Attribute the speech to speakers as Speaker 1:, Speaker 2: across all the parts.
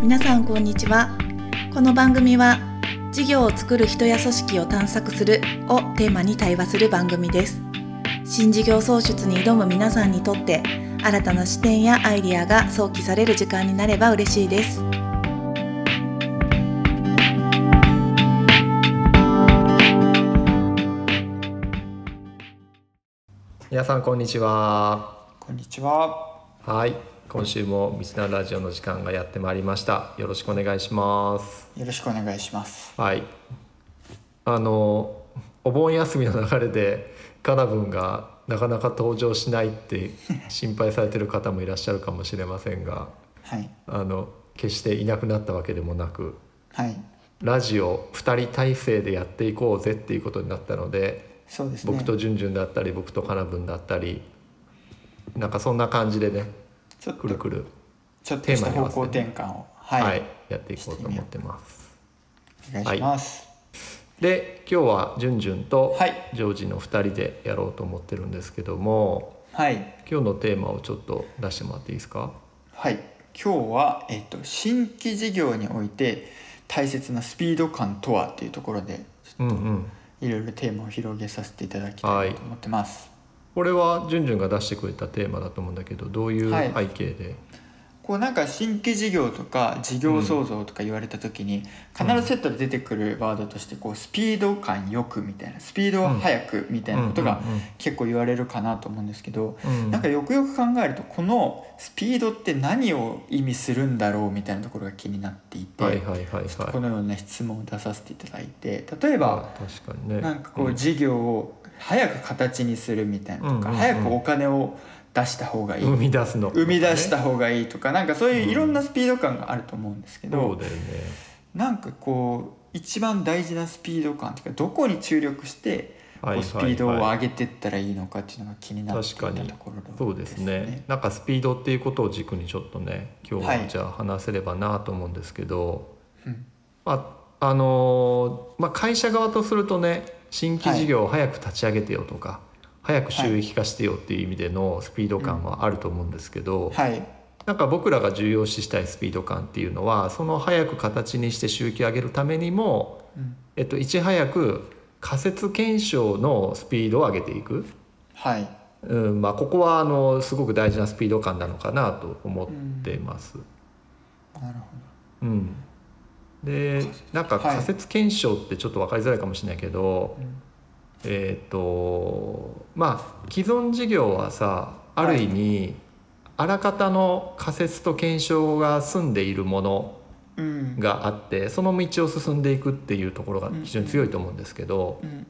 Speaker 1: 皆さんこんにちはこの番組は事業を作る人や組織を探索するをテーマに対話する番組です新事業創出に挑む皆さんにとって新たな視点やアイディアが想起される時間になれば嬉しいです
Speaker 2: 皆さんこんにちは
Speaker 3: こんにちは。
Speaker 2: はい今週もミスナーラジオの時間がやってまいりましたよろしくお願いします
Speaker 3: よろしくお願いします。
Speaker 2: はいあのお盆休みの流れでカナブンがなかなか登場しないって心配されてる方もいらっしゃるかもしれませんが
Speaker 3: はい。
Speaker 2: あの決していなくなったわけでもなく
Speaker 3: はい。
Speaker 2: ラジオ2人体制でやっていこうぜっていうことになったので
Speaker 3: そうですね。
Speaker 2: 僕とジュンジュンだったり僕とカナブンだったりなんかそんな感じでね
Speaker 3: ちょっ
Speaker 2: くる
Speaker 3: と、
Speaker 2: くる
Speaker 3: ちょっとした
Speaker 2: テーマに合
Speaker 3: 方
Speaker 2: わせて
Speaker 3: 向
Speaker 2: ね
Speaker 3: 転換を。はい。
Speaker 2: はい、やっていこうと思ってます。
Speaker 3: お願いします。
Speaker 2: で今日はじゅんじゅんと
Speaker 3: はい
Speaker 2: ジョージの2人でやろうと思ってるんですけども、
Speaker 3: はい。
Speaker 2: 今日のテーマをちょっと出してもらっていいですか
Speaker 3: はい。今日は、えっと、新規事業において大切なスピード感とはっていうところで、
Speaker 2: うんうん
Speaker 3: いろいろテーマを広げさせていただきたいなと思ってます。
Speaker 2: これはじゅんじゅんが出してくれたテーマだと思うんだけどどういう
Speaker 3: はい
Speaker 2: 背景で、
Speaker 3: こうなんか新規事業とか事業創造とか言われた時に必ずセットで出てくるワードとしてこうスピード感よくみたいなスピードは速くみたいなことが
Speaker 2: うんうんうん
Speaker 3: 結構言われるかなと思うんですけど
Speaker 2: うん
Speaker 3: なんかよくよく考えるとこのスピードって何を意味するんだろうみたいなところが気になってい
Speaker 2: はい
Speaker 3: て
Speaker 2: はいはいはい
Speaker 3: このような質問を出させていただいて例えば
Speaker 2: あ確かにね
Speaker 3: なんかこ
Speaker 2: う
Speaker 3: うん事業を早く形にするみたいなと
Speaker 2: うんうん
Speaker 3: か
Speaker 2: うん
Speaker 3: 早くお金を出した方がいい
Speaker 2: 生み出すの
Speaker 3: 生み出した方がいいとかなんかそういういろんなスピード感があると思うんですけど、
Speaker 2: そうだよね
Speaker 3: なんかこう一番大事なスピード感というかどこに注力してこ
Speaker 2: はいうはい
Speaker 3: スピードを
Speaker 2: はい
Speaker 3: 上げていったらいいのかっていうのが気になっていた
Speaker 2: 確かに
Speaker 3: ところですね。
Speaker 2: そうですねなんかスピードっていうことを軸にちょっとね今日
Speaker 3: は
Speaker 2: はいじゃあ話せればなと思うんですけど、
Speaker 3: うん
Speaker 2: まああのーまあ、会社側とするとね新規事業を早く立ち上げてよとか、早く収益化してよっていう意味でのスピード感はあると思うんですけど、
Speaker 3: はい
Speaker 2: なんか僕らが重要視したいスピード感っていうのはその早く形にして収益を上げるためにも、
Speaker 3: うん
Speaker 2: えっと、いち早く仮説検証のスピードを上げていく、
Speaker 3: はい
Speaker 2: うんまあ、ここはあのすごく大事なスピード感なのかなと思ってます。
Speaker 3: なるほ
Speaker 2: うん、でなんか
Speaker 3: はい
Speaker 2: 仮説検証ってちょっと分かりづらいかもしれないけど、
Speaker 3: ん
Speaker 2: えっ、とまあ既存事業はさある意味、あらかたの仮説と検証が済んでいるもの
Speaker 3: ど。うん
Speaker 2: があってその道を進んでいくっていうところが非常に強いと思うんですけど、
Speaker 3: うんうん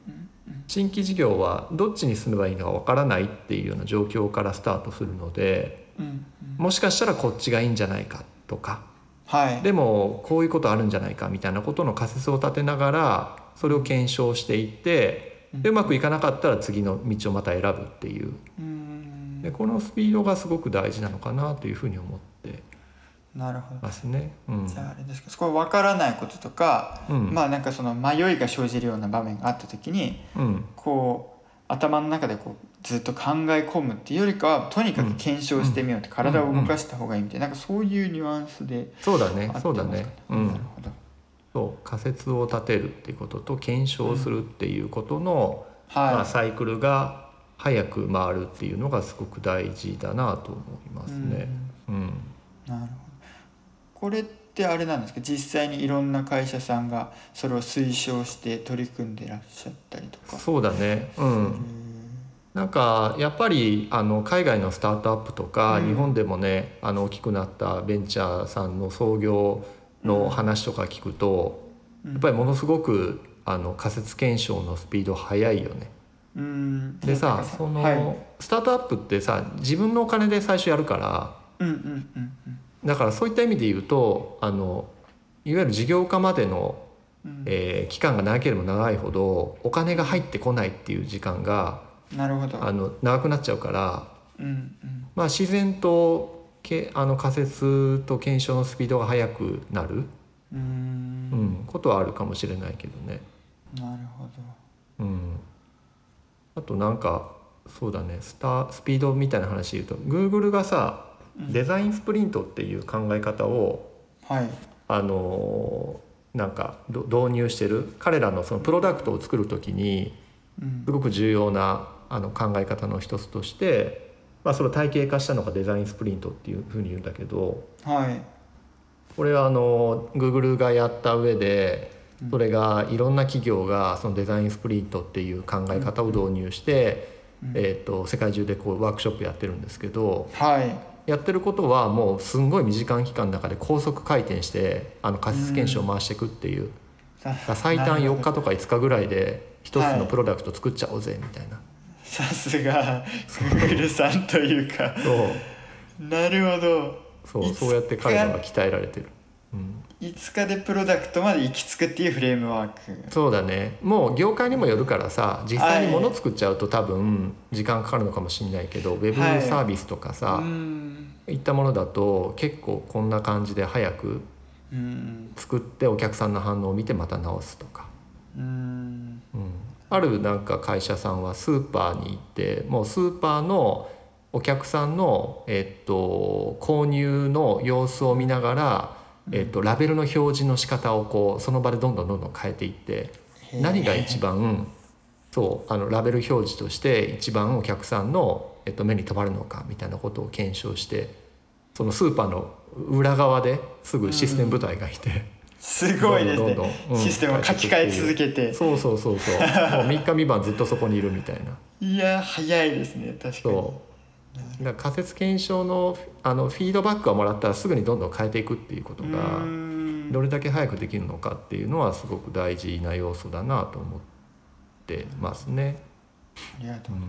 Speaker 2: 新規事業はどっちに進めばいいのか分からないっていうような状況からスタートするので
Speaker 3: うんうん
Speaker 2: もしかしたらこっちがいいんじゃないかとか
Speaker 3: はい
Speaker 2: でもこういうことあるんじゃないかみたいなことの仮説を立てながらそれを検証していってでうまくいかなかったら次の道をまた選ぶっていう
Speaker 3: うん
Speaker 2: でこのスピードがすごく大事なのかなというふうに思って
Speaker 3: なるほど。
Speaker 2: ますね。うん
Speaker 3: じゃああれですけどそこ分からないこととか、
Speaker 2: うん
Speaker 3: まあなんかその迷いが生じるような場面があった時に
Speaker 2: うん
Speaker 3: こう頭の中でこうずっと考え込むっていうよりかはとにかく検証してみようって、体を動かした方がいいみたいな,、なんかそういうニュアンスで
Speaker 2: そうだね
Speaker 3: あってます
Speaker 2: そうだね、う
Speaker 3: なる
Speaker 2: ん、
Speaker 3: ほど
Speaker 2: そう仮説を立てるっていうことと検証するっていうことの、まあ、
Speaker 3: は
Speaker 2: サイクルが早く回るっていうのがすごく大事だなと思いますね。うん
Speaker 3: いなるほどこれってあれなんですか実際にいろんな会社さんがそれを推奨して取り組んでらっしゃったりとか
Speaker 2: そうだね、うん、なんかやっぱりあの海外のスタートアップとか、
Speaker 3: うん
Speaker 2: 日本でもねあの大きくなったベンチャーさんの創業の話とか聞くと、
Speaker 3: うん
Speaker 2: やっぱりものすごくあの仮説検証のスピード速いよね。
Speaker 3: うん
Speaker 2: で
Speaker 3: なん
Speaker 2: さ
Speaker 3: か
Speaker 2: その、
Speaker 3: はい、
Speaker 2: スタートアップってさ自分のお金で最初やるから
Speaker 3: うんうんうん
Speaker 2: だからそういった意味で言うとあのいわゆる事業化までの、
Speaker 3: うん
Speaker 2: えー期間が長ければ長いほどお金が入ってこないっていう時間が
Speaker 3: うんなるほど
Speaker 2: あの長くなっちゃうから
Speaker 3: うんうん
Speaker 2: まあ、自然とけあの仮説と検証のスピードが速くなる、
Speaker 3: うーん
Speaker 2: う、
Speaker 3: なん
Speaker 2: ことはあるかもしれないけどね。
Speaker 3: るほど
Speaker 2: うん、あとなんかそうだねスタスピードみたいな話で言うと Google がさデザインスプリントっていう考え方を
Speaker 3: はい
Speaker 2: あのなんかど導入してる彼らのそのプロダクトを作る時に
Speaker 3: うん
Speaker 2: すごく重要なあの考え方の一つとして、まあ、それを体系化したのがデザインスプリントっていうふうに言うんだけど
Speaker 3: はい
Speaker 2: これはあの Google がやった上で
Speaker 3: うん
Speaker 2: それがいろんな企業がそのデザインスプリントっていう考え方を導入して、
Speaker 3: うん
Speaker 2: えー、と世界中でこうワークショップやってるんですけど
Speaker 3: はい
Speaker 2: やってることはもうすんごい短い期間の中で高速回転してあの仮説検証を回していくっていう、だから最短4日とか5日ぐらいで一つのプロダクト作っちゃおうぜみたいな。
Speaker 3: さすがグーグルさんというか
Speaker 2: そう
Speaker 3: なるほど
Speaker 2: そう
Speaker 3: いつ
Speaker 2: そうやって彼らが鍛えられてる、うん、
Speaker 3: 5日でプロダクトまで行き着くっていうフレームワーク
Speaker 2: そうだねもう業界にもよるからさ実際に物作っちゃうと多分時間かかるのかもしれないけど、ウェブサービスとかさ、
Speaker 3: うーん
Speaker 2: い、ったものだと結構こんな感じで早く
Speaker 3: うーん
Speaker 2: 作ってお客さんの反応を見てまた直すとか、
Speaker 3: うーん
Speaker 2: うん、あるなんか会社さんはスーパーに行ってもうスーパーのお客さんの、えっと、購入の様子を見ながら、えっと、ラベルの表示の仕方をこうその場でどんどんどんどん変えていって。
Speaker 3: へー
Speaker 2: 何が一番そうあのラベル表示として一番お客さんの、えっと、目に留まるのかみたいなことを検証してそのスーパーの裏側ですぐシステム部隊がいて、
Speaker 3: すごいです
Speaker 2: どん
Speaker 3: ね
Speaker 2: どんどんうん
Speaker 3: システムを書き換え続けて
Speaker 2: そうそうそうそうもう3日3晩ずっとそこにいるみたいない
Speaker 3: や早いですね確かに
Speaker 2: そうだから仮説検証のあのフィードバックをもらったらすぐにどんどん変えていくっていうこと
Speaker 3: うー
Speaker 2: が
Speaker 3: ん
Speaker 2: どれだけ早くできるのかっていうのはすごく大事な要素だなと思ってますね。
Speaker 3: ありがと
Speaker 2: う
Speaker 3: うん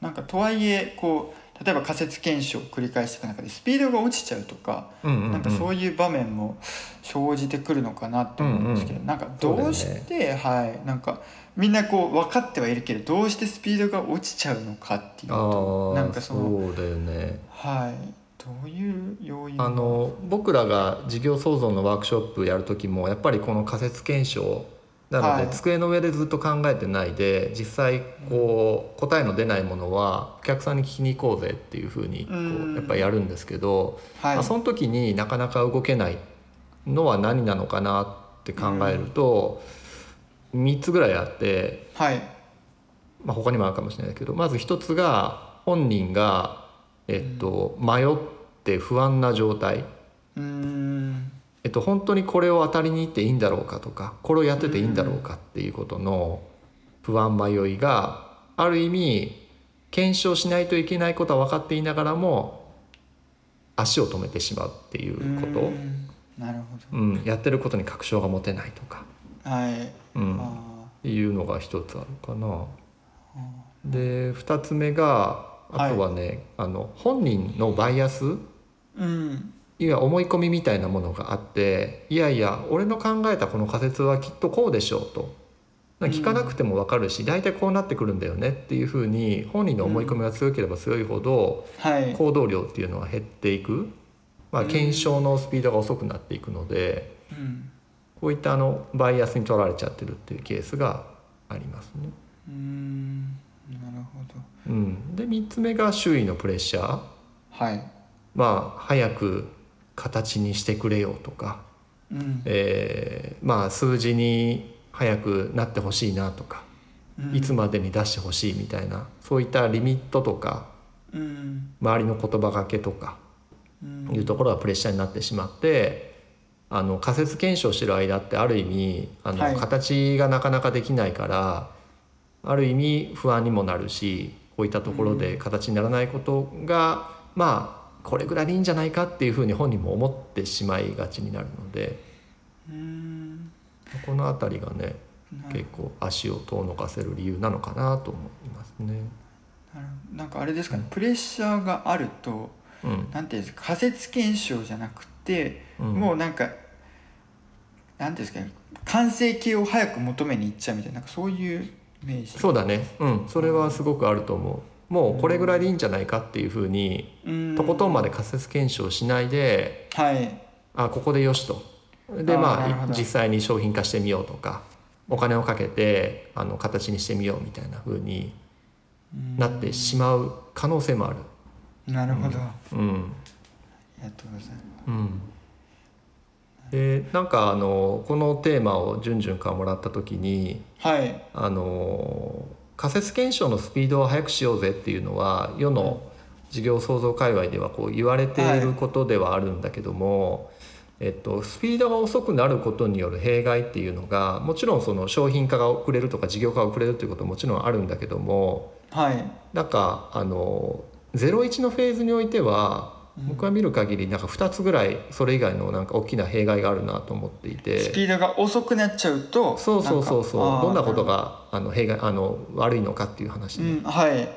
Speaker 3: なんかとはいえこう例えば仮説検証を繰り返していく中でスピードが落ちちゃうとか、
Speaker 2: うんうんうん
Speaker 3: なんかそういう場面も生じてくるのかなって思うんですけど、
Speaker 2: う
Speaker 3: なんかどうしてはいなんかみんなこう分かってはいるけどどうしてスピードが落ちちゃうのかっていう
Speaker 2: あ
Speaker 3: と
Speaker 2: あ
Speaker 3: なんかその
Speaker 2: うだよね
Speaker 3: はいどういう要因
Speaker 2: あの僕らが事業創造のワークショップやる時もやっぱりこの仮説検証なので、
Speaker 3: はい
Speaker 2: 机の上でずっと考えてないで実際こう答えの出ないものはお客さんに聞きに行こうぜっていうふうにこ
Speaker 3: うん
Speaker 2: うやっぱりやるんですけど、
Speaker 3: はい
Speaker 2: まあ、その時になかなか動けないのは何なのかなって考えると、3つぐらいあって
Speaker 3: はい
Speaker 2: まあ、他にもあるかもしれないけどまず一つが本人が、えっと、迷って不安な状態、
Speaker 3: うーん
Speaker 2: えっと、本当にこれを当たりに行っていいんだろうかとかこれをやってていいんだろうかっていうことの不安迷いがある意味検証しないといけないことは分かっていながらも足を止めてしまうっていううこと、
Speaker 3: ーんなるほ
Speaker 2: うん、やってることに確証が持てないとか、
Speaker 3: どはい、
Speaker 2: うん、
Speaker 3: あ
Speaker 2: っていうのが一つあるかな。で2つ目があとはね、あの本人のバイアス
Speaker 3: ーうん
Speaker 2: いわ思い込みみたいなものがあっていやいや俺の考えたこの仮説はきっとこうでしょうと。なんか聞かなくても分かるし、大体こうなってくるんだよねっていうふうに本人の思い込みが強ければ強いほど
Speaker 3: はい
Speaker 2: 行動量っていうのは減っていく、まあ、検証のスピードが遅くなっていくので
Speaker 3: うん
Speaker 2: こういったあのバイアスに取られちゃってるっていうケースがありますね。
Speaker 3: うーんなるほど
Speaker 2: うん、で3つ目が周囲のプレッシャー。
Speaker 3: はい
Speaker 2: まあ、早く形にしてくれよとか、
Speaker 3: うん
Speaker 2: えーまあ、数字に早くなってほしいなとか、
Speaker 3: うん
Speaker 2: いつまでに出してほしいみたいなそういったリミットとか
Speaker 3: うん
Speaker 2: 周りの言葉がけとか
Speaker 3: うん
Speaker 2: いうところがプレッシャーになってしまってあの仮説検証してる間ってある意味あの、
Speaker 3: はい
Speaker 2: 形がなかなかできないからある意味不安にもなるしこういったところで形にならないことが、まあこれぐらいでいいんじゃないかっていうふうに本人も思ってしまいがちになるので
Speaker 3: うん
Speaker 2: この辺りがね
Speaker 3: な
Speaker 2: 結構足を遠のかせる理由なのかなと思いますね。
Speaker 3: なるなんかあれですかねプレッシャーがあると
Speaker 2: うん
Speaker 3: なんていうんですか仮説検証じゃなくて、
Speaker 2: うん
Speaker 3: もうなんかなんていうんですかね完成形を早く求めに行っちゃうみたいななんかそういうイメージ
Speaker 2: そうだね、うん、それはすごくあると思う。もうこれぐらいでいいんじゃないかっていうふうに
Speaker 3: うん
Speaker 2: とことんまで仮説検証しないで
Speaker 3: はい
Speaker 2: あここでよしとで
Speaker 3: あー
Speaker 2: ま
Speaker 3: なる
Speaker 2: あ
Speaker 3: ほ
Speaker 2: い
Speaker 3: ど
Speaker 2: 実際に商品化してみようとかお金をかけてあの形にしてみようみたいな風になってしまう可能性もある。
Speaker 3: なるほど、あ
Speaker 2: うん
Speaker 3: りがとうございま
Speaker 2: うん
Speaker 3: す
Speaker 2: でなんかあのこのテーマをじゅんじゅんからもらった時に
Speaker 3: はい
Speaker 2: あの仮説検証のスピードを速くしようぜっていうのは世の事業創造界隈ではこう言われていることではあるんだけども、えっと、スピードが遅くなることによる弊害っていうのがもちろんその商品化が遅れるとか事業化が遅れるということももちろんあるんだけども
Speaker 3: はい
Speaker 2: なんかあの01のフェーズにおいては
Speaker 3: うん
Speaker 2: 僕が見る限りなんか2つぐらいそれ以外のなんか大きな弊害があるなと思っていて。
Speaker 3: スピードが遅くなっちゃうと
Speaker 2: そうそうそうそう
Speaker 3: かあー
Speaker 2: どんなことがあの弊害あの悪いのかっていう話
Speaker 3: う
Speaker 2: ね、
Speaker 3: んはい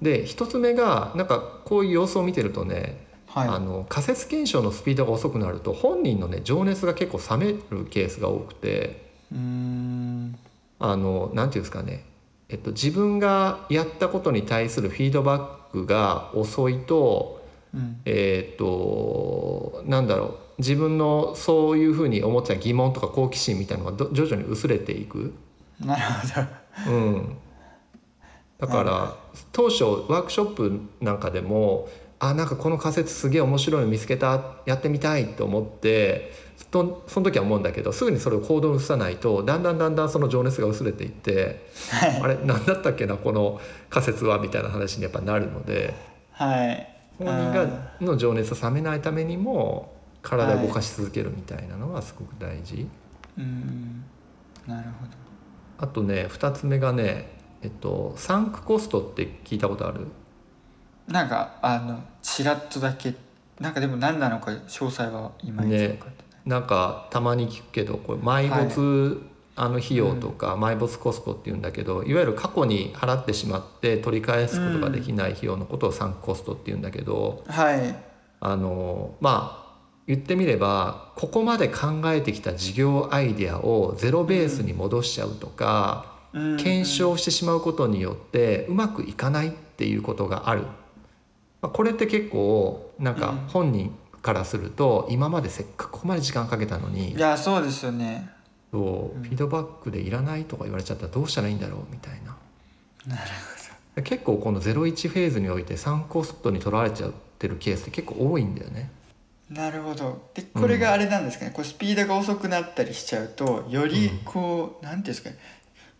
Speaker 2: で一つ目がなんかこういう様子を見てるとね、あ
Speaker 3: は
Speaker 2: の仮説検証のスピードが遅くなると本人のね情熱が結構冷めるケースが多くて
Speaker 3: いうーん
Speaker 2: あのなんていうんですかね、えっと、自分がやったことに対するフィードバックが遅いと
Speaker 3: うん
Speaker 2: えーっとなんだろう自分のそういうふうに思ってた疑問とか好奇心みたいなのがど徐々に薄れていく。
Speaker 3: なるほど
Speaker 2: うん、だから当初ワークショップなんかでもあなんかこの仮説すげえ面白いの見つけたやってみたいと思ってとその時は思うんだけどすぐにそれを行動に移さないとだんだんだんだんその情熱が薄れていって、あれ何だったっけなこの仮説はみたいな話にやっぱなるので
Speaker 3: はい
Speaker 2: 本人がの情熱を冷めないためにも体を動かし続けるみたいなのはすごく大事。
Speaker 3: うんなるほど
Speaker 2: あとね2つ目がねえっとサンクコストって聞いたことある
Speaker 3: なんかあのちらっとだけなんかでも何なのか詳細はいまいち分かってない、
Speaker 2: なんかたまに聞くけどこれ埋没、あの費用とか埋没コストっていうんだけど、いわゆる過去に払ってしまって取り返すことができない費用のことをサンクコストっていうんだけど、
Speaker 3: はい
Speaker 2: あのまあ言ってみればここまで考えてきた事業アイデアをゼロベースに戻しちゃうとか、
Speaker 3: うん
Speaker 2: 検証してしまうことによってうまくいかないっていうことがある、まあ、これって結構なんか
Speaker 3: うん
Speaker 2: 本人からすると今までせっかくここまで時間かけたのに
Speaker 3: いやそうですよね
Speaker 2: そううんフィードバックでいらないとか言われちゃったらどうしたらいいんだろうみたいな
Speaker 3: なる
Speaker 2: 結構この01フェーズにおいて3コストに取られちゃってるケースって結構多いんだよね。
Speaker 3: なるほどでこれがあれなんですかね、こうスピードが遅くなったりしちゃうとよりこう、なんていうんですかね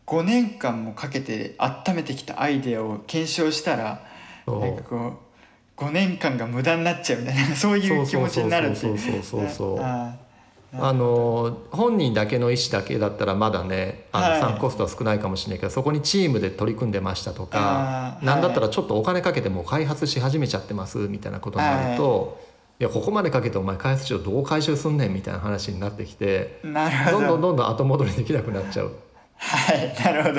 Speaker 3: 5年間もかけて温めてきたアイデアを検証したら
Speaker 2: そう
Speaker 3: なんかこう5年間が無駄になっちゃうみたいな そういう気持ちになるってい
Speaker 2: そうそうそうそうそうそう
Speaker 3: あー
Speaker 2: あの本人だけの意思だけだったらまだねあの
Speaker 3: はい
Speaker 2: 3コストは少ないかもしれないけど、そこにチームで取り組んでましたとか
Speaker 3: あー
Speaker 2: 何だったらちょっとお金かけてもう開発し始めちゃってますみたいなことになると、い、やここまでかけてお前開発しようどう回収すんねんみたいな話になってきて
Speaker 3: な る
Speaker 2: ど
Speaker 3: ほ
Speaker 2: ん
Speaker 3: ど
Speaker 2: どんどんどん後戻りできなくなっ ちゃう、
Speaker 3: はいなるほ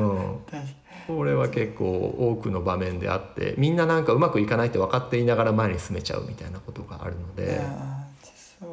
Speaker 3: ど
Speaker 2: うん、
Speaker 3: 確か
Speaker 2: これは結構多くの場面であってみんななんかうまくいかないって分かっていながら前に進めちゃうみたいなことがあるの
Speaker 3: いや
Speaker 2: で。
Speaker 3: ーそ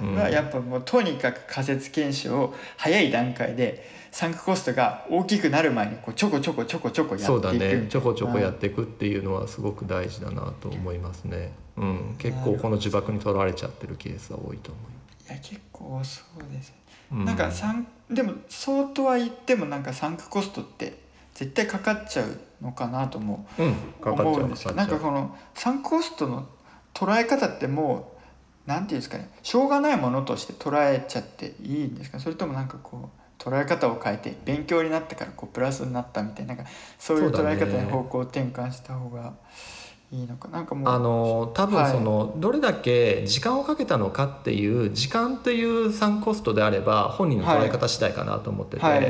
Speaker 3: ういう場合はやっぱもうとにかく仮説検証を早い段階でサンクコストが大きくなる前にこうちょこちょこちょこちょこやっていく
Speaker 2: そうだね
Speaker 3: み
Speaker 2: ち
Speaker 3: たい
Speaker 2: ょ
Speaker 3: な
Speaker 2: こちょこやっていくっていうのはすごく大事だなと思いますね、うん、結構この呪縛にとられちゃってるケースは多いと思
Speaker 3: いや結構そうです、
Speaker 2: う、うん、
Speaker 3: なんかサンでもそうとは言ってもなんかサンクコストって絶対かかっちゃうのかなとも
Speaker 2: うんかかっ
Speaker 3: 思
Speaker 2: ちゃ
Speaker 3: うん
Speaker 2: う
Speaker 3: ですよ
Speaker 2: か
Speaker 3: なん
Speaker 2: っちゃ
Speaker 3: か
Speaker 2: う
Speaker 3: このサンクコストの捉え方ってもうなんていうんですかねしょうがないものとして捉えちゃっていいんですかそれともなんかこう捉え方を変えて勉強になったからこうプラスになったみたいななんかそういう
Speaker 2: そう
Speaker 3: 捉
Speaker 2: だ
Speaker 3: え
Speaker 2: ね
Speaker 3: 方に方向転換した方がいいのか、なんかもう
Speaker 2: あの多分その、どれだけ時間をかけたのかっていう時間っていう参コストであれば本人の捉え方次第かなと思ってて、
Speaker 3: はい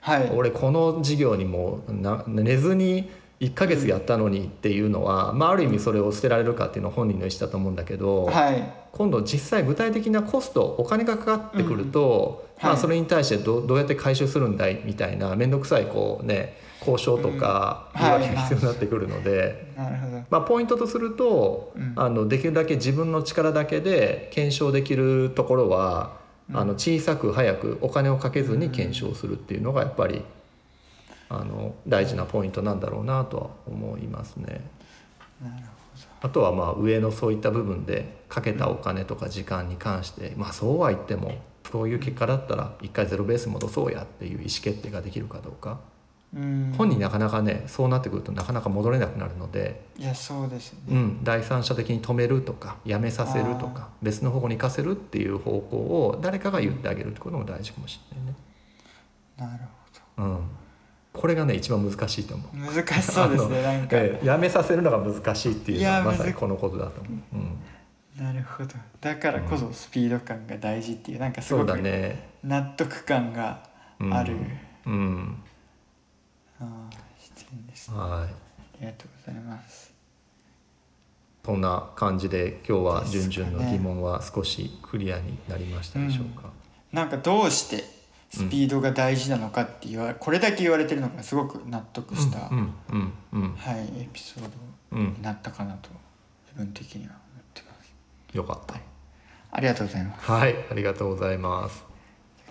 Speaker 3: はい
Speaker 2: 俺この事業にもうな寝ずに1ヶ月やったのにっていうのは、まあ、ある意味それを捨てられるかっていうのは本人の意思だと思うんだけど、
Speaker 3: はい
Speaker 2: 今度実際具体的なコストお金がかかってくると、
Speaker 3: うん
Speaker 2: ま
Speaker 3: は
Speaker 2: あ、
Speaker 3: い
Speaker 2: それに対してどどうやって回収するんだいみたいな面倒くさいこう、ね、交渉とか
Speaker 3: うん
Speaker 2: 言い訳
Speaker 3: はい
Speaker 2: が必要になってくるので、
Speaker 3: なるほど
Speaker 2: まあ、ポイントとすると、
Speaker 3: うん
Speaker 2: あのできるだけ自分の力だけで検証できるところは、
Speaker 3: うん
Speaker 2: あの小さく早くお金をかけずに検証するっていうのがやっぱりあの大事なポイントなんだろうなとは思いますね。
Speaker 3: なる
Speaker 2: あとはまあ上のそういった部分でかけたお金とか時間に関して、まあそうは言ってもこういう結果だったら一回ゼロベース戻そうやっていう意思決定ができるかどうか、
Speaker 3: ほうん
Speaker 2: 本人なかなかねそうなってくるとなかなか戻れなくなるので、
Speaker 3: いやそうですね、
Speaker 2: うん、第三者的に止めるとかやめさせるとか別の方向に行かせるっていう方向を誰かが言ってあげるってことも大事かもしれないね。
Speaker 3: なる
Speaker 2: うん、これがね一番難しいと思う。
Speaker 3: ほど難しそうですねなんか、
Speaker 2: ええやめさせるのが難しいっていうの
Speaker 3: いや
Speaker 2: はまさ
Speaker 3: む
Speaker 2: に
Speaker 3: ず
Speaker 2: このことだと思う。うん、
Speaker 3: なるほどだからこそスピード感が大事っていうなんかす
Speaker 2: そ
Speaker 3: ご
Speaker 2: うだ
Speaker 3: く
Speaker 2: ね。
Speaker 3: 納得感が
Speaker 2: うん
Speaker 3: ある、
Speaker 2: うん、
Speaker 3: あー視点ですね
Speaker 2: はい。
Speaker 3: ありがとうございます
Speaker 2: そんな感じで今日は
Speaker 3: で
Speaker 2: 順
Speaker 3: すかね
Speaker 2: 々の疑問は少しクリアになりましたでしょうか。
Speaker 3: なんかどうしてスピードが大事なのかって言わ、これだけ言われてるのがすごく納得した、
Speaker 2: うんうんうん
Speaker 3: はいエピソー
Speaker 2: う
Speaker 3: ドに
Speaker 2: ん
Speaker 3: なったかなと自分的には思ってます
Speaker 2: よかった。
Speaker 3: ありがとうございます
Speaker 2: はい、ありがとうございます。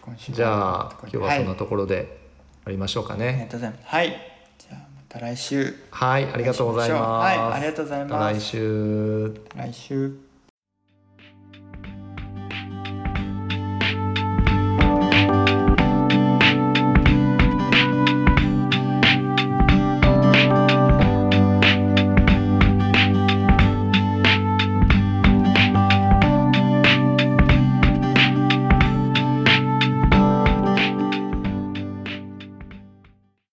Speaker 3: 今週
Speaker 2: じゃあ
Speaker 3: こ
Speaker 2: 今
Speaker 3: れ
Speaker 2: 日
Speaker 3: で
Speaker 2: はそんないところでありましょうか
Speaker 3: ありが
Speaker 2: ね。
Speaker 3: とうございますはいじゃあまた来週
Speaker 2: はい、ありがとうございます。
Speaker 3: はいありがとうございます
Speaker 2: また来週。
Speaker 3: 来週